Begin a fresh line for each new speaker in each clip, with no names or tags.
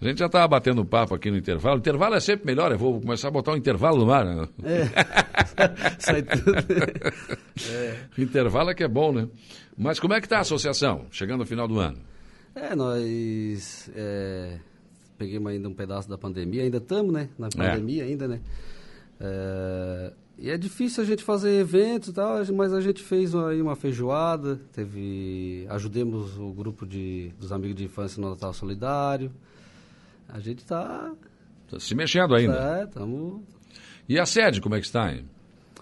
A gente já estava batendo papo aqui no intervalo. O intervalo é sempre melhor, eu vou começar a botar um intervalo no ar. Né?
É. Sai tudo.
É. Intervalo é que é bom, né? Mas como é que está a associação, chegando ao final do ano?
É, nós é, peguemos ainda um pedaço da pandemia, ainda estamos, né? Na pandemia ainda, né? É, e é difícil a gente fazer eventos e tal, mas a gente fez aí uma feijoada, teve. ajudemos o grupo de, dos amigos de infância no Natal Solidário. A gente está.
Tá se mexendo ainda.
É, estamos.
E a sede, como é que está? hein?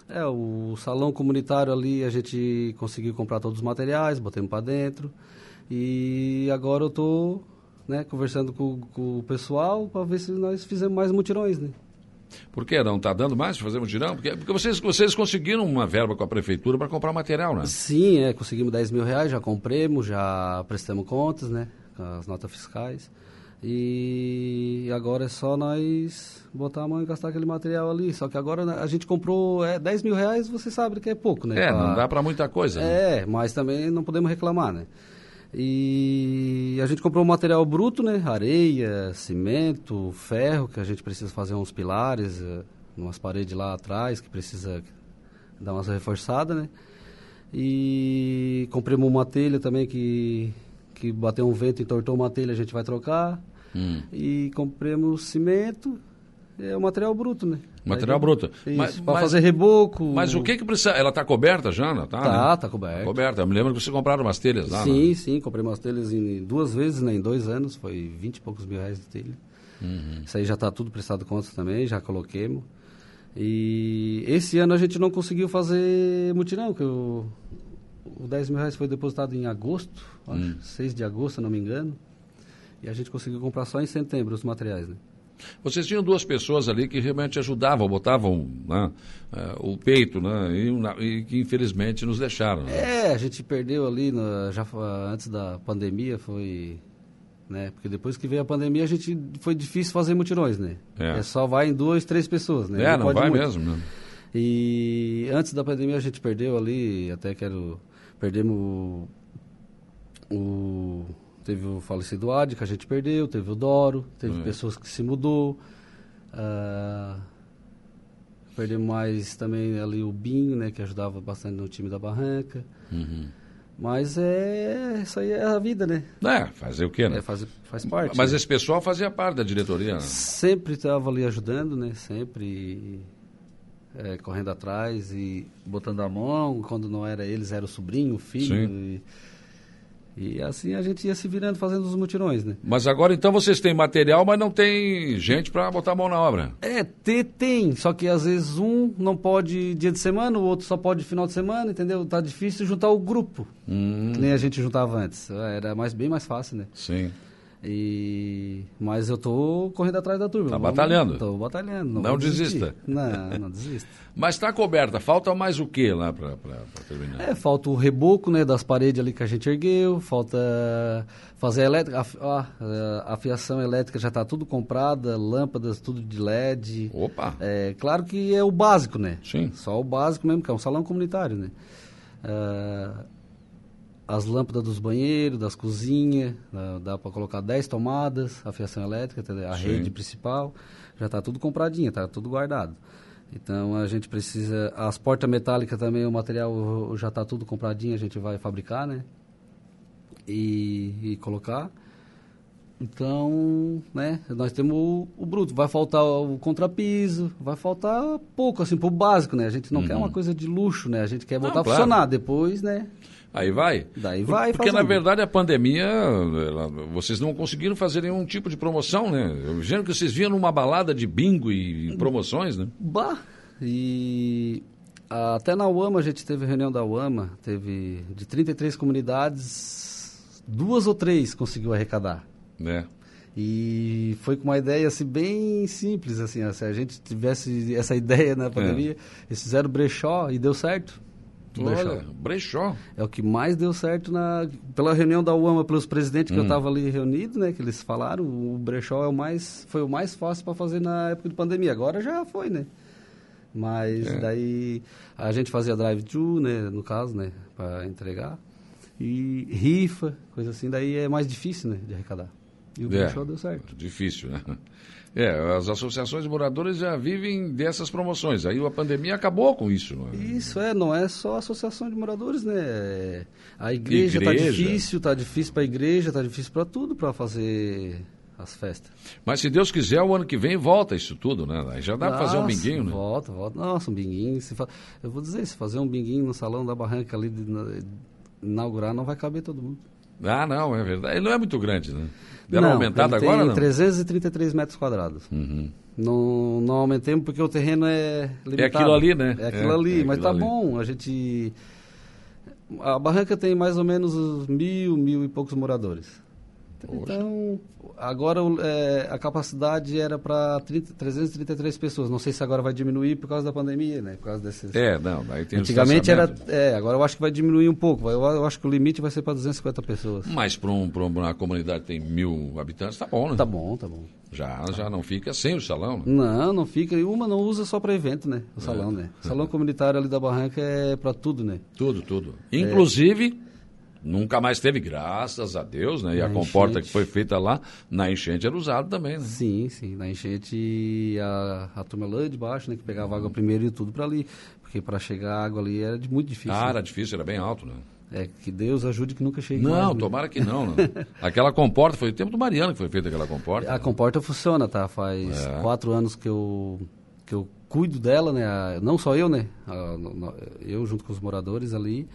É, o salão comunitário ali a gente conseguiu comprar todos os materiais, botamos para dentro. E agora eu tô né, conversando com, com o pessoal para ver se nós fizemos mais mutirões, né?
Por que não está dando mais para fazer mutirão? Porque, porque vocês, vocês conseguiram uma verba com a prefeitura para comprar material, né?
Sim, é, conseguimos 10 mil reais, já compramos, já prestamos contas, né? com As notas fiscais. E agora é só nós botar a mão e gastar aquele material ali. Só que agora né, a gente comprou é, 10 mil reais, você sabe que é pouco, né?
É,
Pra-
não dá para muita coisa. né?
é, mas também não podemos reclamar, né? E a gente comprou material bruto, né? Areia, cimento, ferro, que a gente precisa fazer uns pilares, eh, umas paredes lá atrás, que precisa dar umas reforçadas, né? E compramos uma telha também que, que bateu um vento e entortou uma telha, a gente vai trocar.
Hum.
E compramos cimento, é o material bruto, né?
Material bruto. Mas-
Isso, para
mas-
fazer reboco.
Mas o que que precisa? Ela está coberta já, não tá?
Tá,
né?
tá coberto.
Coberta. Eu me lembro que vocês compraram umas telhas lá. né?
Sim, sim, comprei umas telhas em duas vezes, né, em dois anos, foi 20 e poucos mil reais de telha.
Uhum.
Isso aí já está tudo prestado conta também, já coloquemos. E esse ano a gente não conseguiu fazer mutirão, que o, o 10 mil reais foi depositado em agosto, acho,
Hum.
6 de agosto, se não me engano. E a gente conseguiu comprar só em setembro os materiais, né?
Vocês tinham duas pessoas ali que realmente ajudavam, botavam né, eh, o peito, né? E, um na- e que infelizmente nos deixaram. né?
É, a gente perdeu ali na- já fa- antes da pandemia, foi. Né? Porque depois que veio a pandemia, a gente foi difícil fazer mutirões, né?
É.
É. só vai em duas, três pessoas, né?
É, não
pode
vai
muito.
mesmo. né?
E antes da pandemia a gente perdeu ali, até quero. Perdemos o. o- teve o falecido Ad, que a gente perdeu, teve o Doro,
É.
teve pessoas que se mudou. ah, perdemos mais também ali o Binho, né, que ajudava bastante no time da Barranca.
Uhum.
Mas é. Isso aí é a vida, né?
É, fazer o quê, né?
É, faz, faz parte.
Mas
né?
esse pessoal fazia parte da diretoria. né?
sempre estava ali ajudando, né? Sempre eh, correndo atrás e botando a mão. Quando não era eles, era o sobrinho, o filho. E, e assim a gente ia se virando, fazendo os mutirões, né?
Mas agora então vocês têm material, mas não tem gente para botar a mão na obra.
É, ter tem, só que às vezes um não pode dia de semana, o outro só pode final de semana, entendeu? Tá difícil juntar o grupo,
Hum.
que nem a gente juntava antes. Era mais, bem mais fácil, né?
Sim.
E... Mas eu tô correndo atrás da turma.
Tá
Vamos-
batalhando.
Tô batalhando.
Não
vou desistir.
desista.
Não, não desista.
Mas está coberta. Falta mais o quê lá para terminar?
É, falta o reboco, né, das paredes ali que a gente ergueu, falta fazer a elétrica, a, fi- ó, a- a fiação elétrica já está tudo comprada, lâmpadas, tudo de LED.
Opa!
É, claro que é o básico, né?
Tá. Sim.
Só o básico mesmo, que é um salão comunitário, né? Ah, as lâmpadas dos banheiros, das cozinhas, ah, dá para colocar 10 tomadas, a fiação elétrica, entendeu? a
Sim.
rede principal, já está tudo compradinho, está tudo guardado. Então a gente precisa. As portas metálicas também, o material já está tudo compradinho, a gente vai fabricar, né? E, e colocar. Então, né, nós temos o, o bruto, vai faltar o contrapiso, vai faltar pouco, assim, pro básico, né? A gente não quer uma coisa de luxo, né? A gente quer botar a
Uhum. claro.
funcionar depois, né?
Aí vai?
Daí
Por-
vai um.
Porque, na
fazendo.
verdade, a pandemia, ela- vocês não conseguiram fazer nenhum tipo de promoção, né? Eu imagino que vocês vinham numa balada de bingo e e promoções, né?
Bah! E ah, até na UAMA, a gente teve reunião da UAMA, teve de 33 comunidades, duas ou três conseguiu arrecadar.
né?
E foi com uma ideia assim, bem simples, assim, ó, se a gente tivesse essa ideia na pandemia, eles fizeram brechó e deu certo. Um
Olha, brechó.
É o que mais deu certo na, pela reunião da UAMA, pelos presidentes que eu estava ali reunido, né? Que eles falaram, o brechó é o mais, foi o mais fácil para fazer na época de pandemia. Agora já foi, né? Mas daí a gente fazia drive-thru, né? No caso, né? Para entregar. E rifa, coisa assim. Daí é mais difícil, né? De arrecadar. E o brechó deu certo.
Difícil, né? É, as associações de moradores já vivem dessas promoções. Aí a pandemia acabou com isso. não é?
Isso é, não é só a associação de moradores, né? A igreja, está tá
Igreja.
difícil, tá difícil para a igreja, tá difícil para tudo para fazer as festas.
Mas se Deus quiser, o ano que vem volta isso tudo, né? Aí já dá para fazer um
Nossa,
binguinho, né?
Volta, volta. Nossa, um binguinho. Se fa- Eu vou dizer, se fazer um binguinho no salão da barranca ali, de na- inaugurar, não vai caber todo mundo.
Ah, não, é verdade. Ele não é muito grande, né? Deram
Não,
aumentada
ele tem
agora, não? Uhum.
333 metros quadrados. Não, não aumentemos porque o terreno é limitado.
aquilo ali, né?
É aquilo
É,
ali,
é
mas
aquilo
tá
ali.
bom, a gente... A barranca tem mais ou menos uns mil, mil e poucos moradores. Então, agora o- é, a capacidade era para 333 pessoas. Não sei se agora vai diminuir por causa da pandemia, né? Por causa desses...
É, não, aí tem o
Antigamente era...
distanciamento.
É, agora eu acho que vai diminuir um pouco. vai- Eu, eu acho que o limite vai ser para 250 pessoas.
Mas para um, pra uma comunidade que tem mil habitantes, tá bom, né?
Tá bom, tá bom.
Já, já não fica sem o salão, né?
Não, não fica. E uma não usa só para evento, né? O salão, né? O salão comunitário ali da Barranca é para tudo, né?
Tudo, tudo. Inclusive, nunca mais teve, graças a Deus, né? E a
Na
comporta
enchente.
que foi feita lá, na enchente era usado também, né?
Sim, sim. Na enchente, a, a turma lá de baixo, né? Que pegava água primeiro e tudo para ali. Porque para chegar a água ali era de- muito difícil.
Ah,
né?
era difícil, era bem alto, né?
É que Deus ajude que nunca chegue mais,
Não,
né?
tomara que não, né? Aquela comporta, foi o tempo do Mariano que foi feita aquela comporta.
A comporta funciona, tá? Faz
É.
quatro anos que eu, que eu cuido dela, né? A- não só eu, né? A- no- no- eu junto com os moradores ali.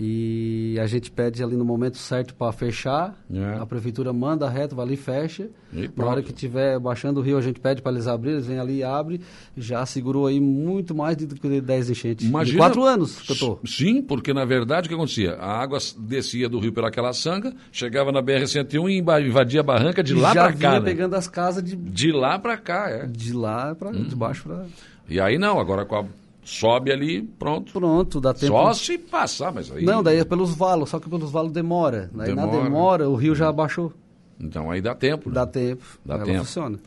E a gente pede ali no momento certo para fechar.
É.
A prefeitura manda reto, vai ali e fecha.
E
Na
pronto.
hora que tiver baixando o rio, a gente pede para eles abrir, eles vêm ali e abrem. Já segurou aí muito mais de- do que 10 enchentes. De quatro anos que eu tô.
S- Sim, porque na verdade o que acontecia? A água s- descia do rio pelaquela sanga, chegava na BR-101 e imba- invadia a barranca de lá
já
pra cá.
vinha
né?
pegando as casas de,
De lá pra cá, é.
de lá para de
Hum.
baixo para
E aí não, agora com a- sobe ali, pronto.
pronto, dá tempo
Só se passar, mas aí.
Não, daí é pelos valos, só que pelos valos demora. Daí na
Demora.
demora, o rio já abaixou.
Então aí dá tempo. né?
Dá tempo.
Dá
ela
tempo.
funciona.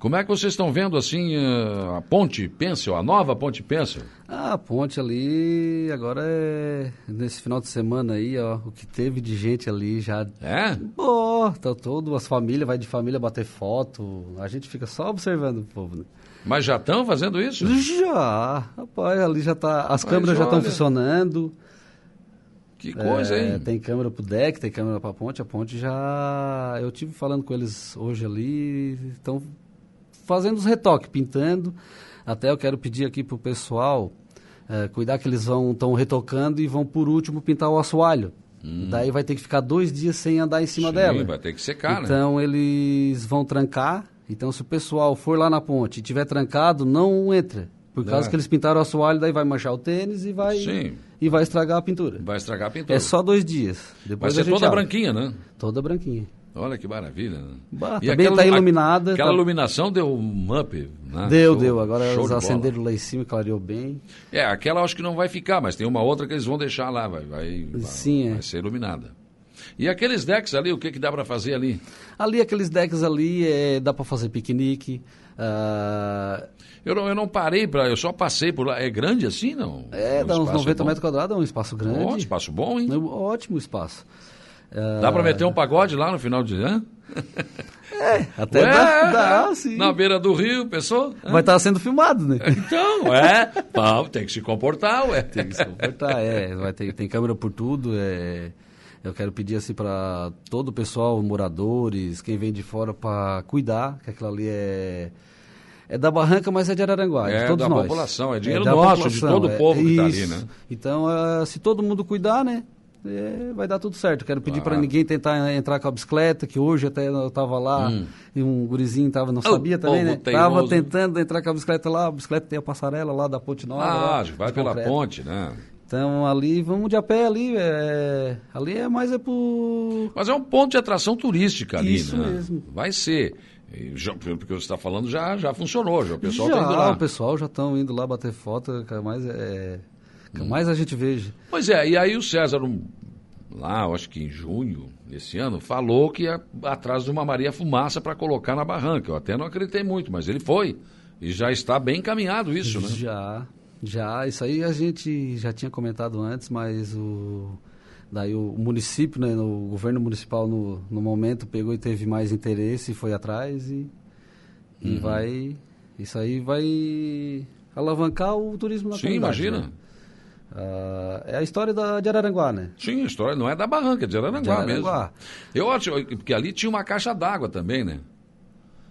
Como é que vocês estão vendo assim eh, a ponte Pencil, a nova ponte Pencil?
Ah, a ponte ali, agora é. Nesse final de semana aí, ó, o que teve de gente ali já.
É?
Pô, tá todo, as famílias, vai de família bater foto. A gente fica só observando o povo, né?
Mas já estão fazendo isso?
Já, rapaz, ali já tá. As câmeras já estão
olha.
funcionando.
Que coisa,
É,
hein?
Tem câmera pro deck, tem câmera pra ponte. A ponte já. Eu tive falando com eles hoje ali, estão fazendo os retoques, pintando. Até eu quero pedir aqui pro pessoal eh, cuidar que eles vão estão retocando e vão por último pintar o assoalho. Daí vai ter que ficar dois dias sem andar em cima
Hum. Sim,
dela.
vai ter que secar, né?
Então eles vão trancar. Então se o pessoal for lá na ponte e tiver trancado, não entra. Por causa
É.
que eles pintaram o assoalho, daí vai manchar o tênis e vai,
Sim.
e vai estragar a pintura.
Vai estragar a pintura.
É só dois dias.
Vai
Depois a
ser
gente
toda
abre.
branquinha, né?
Toda branquinha.
Olha que maravilha. né?
Bah,
E
também
aquela
tá
iluma-
iluminada,
Aquela
tá-
iluminação deu um up. Né?
deu,
Show-
deu. Agora
show
eles
de bola.
acenderam lá em cima, clareou bem.
É, aquela eu acho que não vai ficar, mas tem uma outra que eles vão deixar lá, vai, vai, vai-
Sim, é.
vai ser iluminada. E aqueles decks ali, o que, que dá para fazer ali?
Ali, aqueles decks ali, é, dá pra fazer piquenique. ah,
Eu não, eu não parei, pra, eu só passei por lá. É grande assim, não?
é,
O
dá uns
espaço
90
bom?
metros quadrados, é um espaço grande.
Bom, espaço bom, hein?
Um ótimo espaço. Ah,
Dá para meter um pagode lá no final de ano?
até dá, dá, sim.
Na beira do rio, pensou?
Vai estar sendo filmado, né?
Então, é. Pá, tem que se comportar, ué.
Tem que se comportar, é. Vai ter, tem câmera por tudo. É, eu quero pedir assim para todo o pessoal, moradores, quem vem de fora, para cuidar, que aquilo ali é. É da barranca, mas é de Araranguá, é,
É
de todos
da
nós.
população, é dinheiro
da
nosso, de
população, é
todo o povo que tá ali,
isso.
né?
Então, ah, se todo mundo cuidar, né? é, vai dar tudo certo. Quero pedir para
Claro.
ninguém tentar entrar com a bicicleta, que hoje até eu tava lá e um gurizinho tava, não sabia também,
Hum. Ah, povo
né? Tava
teimoso.
tentando entrar com a bicicleta lá, a bicicleta tem a passarela lá da Ponte Nova.
Ah,
lá,
vai
de
pela
concreto.
ponte, né?
Então ali, vamos de a pé ali, é, ali é mais é pro...
Mas é um ponto de atração turística ali,
Isso
né?
mesmo.
Vai ser. E já- pelo que você está falando, já, já funcionou, já o pessoal
já,
está indo lá.
o pessoal já estão indo lá bater foto, que é mais, é, que
Hum.
mais a gente veja.
Pois é, e aí o César, um- lá, eu acho que em junho desse ano, falou que ia atrás de uma Maria Fumaça para colocar na barranca. Eu até não acreditei muito, mas ele foi. E já está bem encaminhado isso, né?
Já, já, isso aí a gente já tinha comentado antes, mas o... Daí o município, né, o governo municipal no, no momento pegou e teve mais interesse e foi atrás e, e
Uhum.
vai. Isso aí vai alavancar o turismo na
Sim,
comunidade,
imagina.
né? Ah, é a história da, de Araranguá, né?
Sim, a história não é da barranca, é de Araranguá,
De Araranguá.
mesmo. Eu acho porque ali tinha uma caixa d'água também, né?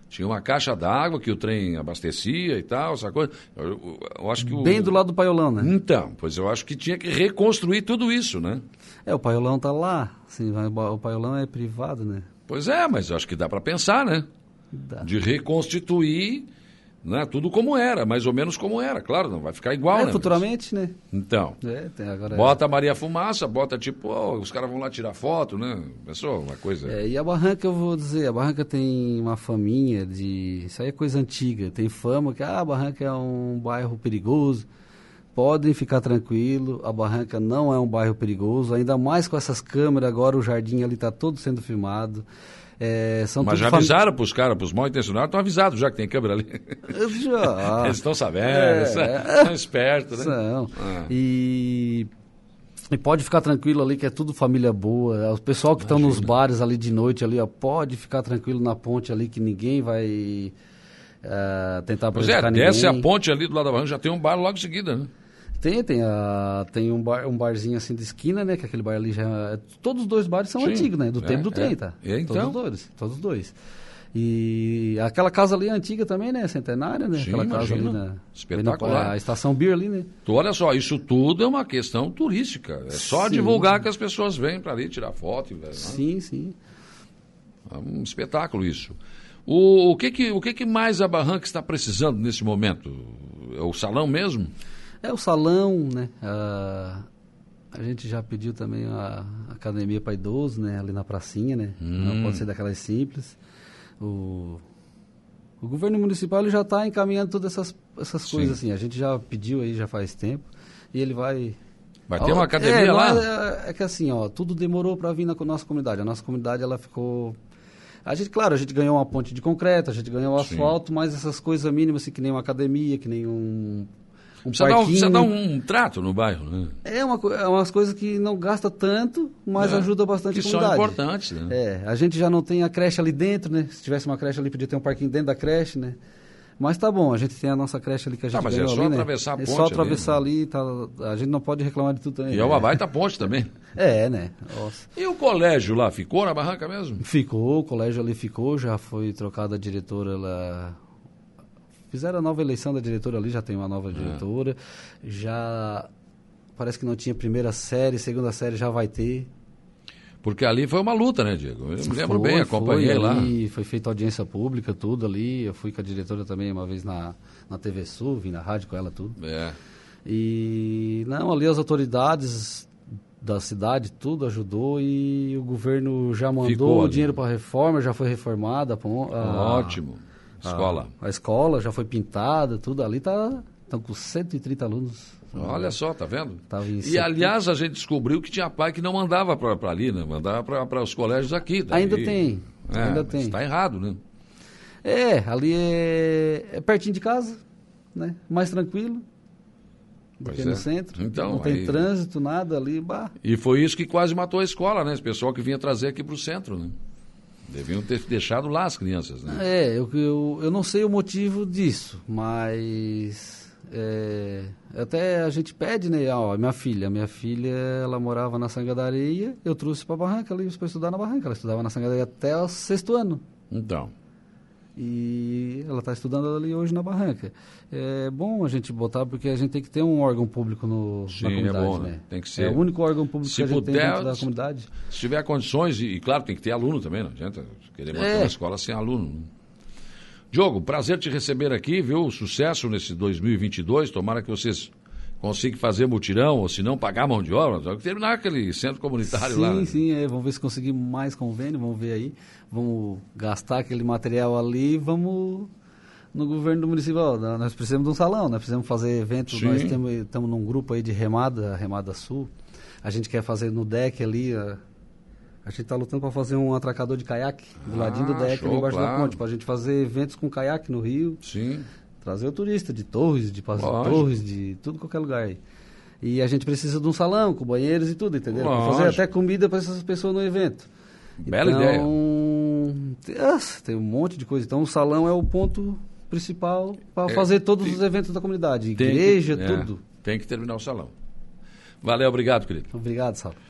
Tinha uma caixa d'água que o trem abastecia e tal, essa coisa. Eu, eu- eu acho que o...
Bem do lado do Paiolão, né?
Então, pois eu acho que tinha que reconstruir tudo isso, né?
É, o Paiolão tá lá. Assim, vai- o Paiolão é privado, né?
Pois é, mas eu acho que dá para pensar, né?
Dá.
De reconstituir né, tudo como era, mais ou menos como era. Claro, não vai ficar igual,
é,
né?
futuramente, né?
mas- Então,
É, tem agora.
bota a Maria Fumaça, bota tipo, ó, os caras vão lá tirar foto, né? Pessoal, uma coisa...
É, e a barranca, eu vou dizer, a barranca tem uma faminha de. Isso aí é coisa antiga. Tem fama que ah, a barranca é um bairro perigoso. Podem ficar tranquilo, a barranca não é um bairro perigoso, ainda mais com essas câmeras agora, o jardim ali está todo sendo filmado. É, são
Mas
tudo
já
fami-
avisaram pros caras, pros mal intencionados, estão avisados já que tem câmera ali.
Já.
Eles estão sabendo,
Ah. É.
estão espertos, né?
São.
Ah.
E, e pode ficar tranquilo ali, que é tudo família boa. O pessoal que estão nos bares ali de noite ali, ó, pode ficar tranquilo na ponte ali, que ninguém vai ah, tentar
Pois é,
prejudicar ninguém.
desce a ponte ali do lado da barranca, já tem um bar logo em seguida, né?
Tem, tem, a, tem um, bar, um barzinho assim de esquina, né? Que aquele bar ali já. é- Todos os dois bares são
Sim,
antigos, né? Do
é,
tempo do
é.
trem, tá?
É, então.
Todos os dois. Todos os dois. E aquela casa ali é antiga também, né? Centenária, né?
Sim,
aquela casa ali
imagina.
na.
Espetacular.
A estação Beer ali, né?
Tu olha só, isso tudo é uma questão turística. É só
Sim.
divulgar que as pessoas vêm para ali tirar foto. velho.
Sim, sim.
É um espetáculo isso. O, o que que, o que que mais a Barranca está precisando nesse momento? É o salão mesmo?
É o salão, né? Ah, a gente já pediu também a academia para idoso, né? Ali na pracinha, né? Não pode ser daquelas simples. O, o governo municipal ele já está encaminhando todas essas, essas coisas assim. A gente já pediu aí já faz tempo e ele vai.
Vai ter
Ó,
uma academia
é,
lá?
nós, é, é que assim, ó, tudo demorou para vir na co- nossa comunidade. A nossa comunidade ela ficou a gente, claro, a gente ganhou uma ponte de concreto, a gente ganhou
Sim.
asfalto, mas essas coisas mínimas, assim, que nem uma academia, que nem um, um
Precisa dar, um,
parquinho.
precisa dar um trato no bairro, né?
É, uma, co- é umas coisas que não gasta tanto, mas
É,
ajuda bastante
Que
a
são
comunidade.
importantes, né?
É, a gente já não tem a creche ali dentro, né? Se tivesse uma creche ali, podia ter um parquinho dentro da creche, né? Mas tá bom, a gente tem a nossa creche ali que a gente
Tá, mas é
ganhou
só
ali, né?
atravessar a
É
ponte
só
ali, né?
atravessar ali, tá, a gente não pode reclamar de tudo também.
E
né?
é uma baita ponte também.
É, né? Nossa.
E o colégio lá, ficou na Barranca mesmo?
Ficou, o colégio ali ficou, já foi trocada a diretora, ela... Fizeram a nova eleição da diretora ali, já tem uma
É.
nova diretora. Já parece que não tinha primeira série, segunda série já vai ter.
Porque ali foi uma luta, né, Diego? Eu me lembro
Foi,
bem, acompanhei
foi
lá.
ali, foi feita audiência pública, tudo ali. Eu fui com a diretora também uma vez na, na TV Sul, vim na rádio com ela, tudo.
É.
E não, ali as autoridades da cidade, tudo ajudou e o governo já mandou
Ficou
o
ali.
dinheiro para a reforma, já foi reformada. a pon- a-
Ótimo. Escola.
A, a escola já foi pintada, tudo ali tá. Estão com 130 alunos.
Olha só, tá vendo?
Tava em
e
setenta-
aliás, a gente descobriu que tinha pai que não mandava para ali, né? Mandava para os colégios aqui. daí-
Ainda tem.
É,
ainda
mas
tem.
Está errado, né?
É, ali é, é pertinho de casa, né? Mais tranquilo. Do
Pois
que
é.
no centro.
Então,
não tem
aí-
trânsito, nada ali. Bah.
E foi isso que quase matou a escola, né? Esse pessoal que vinha trazer aqui para o centro, né? Deviam ter deixado lá as crianças, né?
É, eu, eu, eu não sei o motivo disso, mas é, até a gente pede, né? Ó, minha filha, minha filha, ela morava na Sanga da Areia, eu trouxe pra Barranca, ela ia pra estudar na Barranca, ela estudava na Sanga da Areia até o sexto ano.
Então,
E ela está estudando ali hoje na Barranca. É bom a gente botar, porque a gente tem que ter um órgão público no,
Sim,
na
é
comunidade,
bom, né?
né?
Tem que ser.
É o único órgão público
Se
que a gente tem
puder,
dentro da comunidade.
se tiver condições, e, e claro, tem que ter aluno também, não adianta querer manter
É.
uma escola sem aluno. né? Diogo, prazer te receber aqui, viu? Sucesso nesse 2022, tomara que vocês consigam fazer mutirão, ou se não, pagar mão de obra, só que terminar aquele centro comunitário
sim,
lá. né?
sim, é, vamos ver se conseguimos mais convênio, vamos ver aí. Vamos gastar aquele material ali, vamos no governo municipal. Nó- Nós precisamos de um salão, nós precisamos fazer eventos,
Sim.
nós temos- estamos num grupo aí de remada, remada sul. A gente quer fazer no deck ali. A, a gente está lutando para fazer um atracador de caiaque do ladinho do
Ah,
deck,
show,
ali embaixo
claro.
da ponte, para a gente fazer eventos com caiaque no rio
Sim.
trazer o turista de Torres, de Passo de
Lógico.
Torres, de tudo qualquer lugar aí. E a gente precisa de um salão com banheiros e tudo, entendeu? Pra fazer
Lógico.
até comida para essas pessoas no evento.
Bela
então, ideia. tem um monte de coisa. Então o salão é o ponto principal para
É,
fazer todos
tem-
os eventos da
Tem
comunidade,
que-
igreja,
é,
tudo.
Tem que terminar o salão. Valeu, obrigado, querido.
Obrigado, Saulo.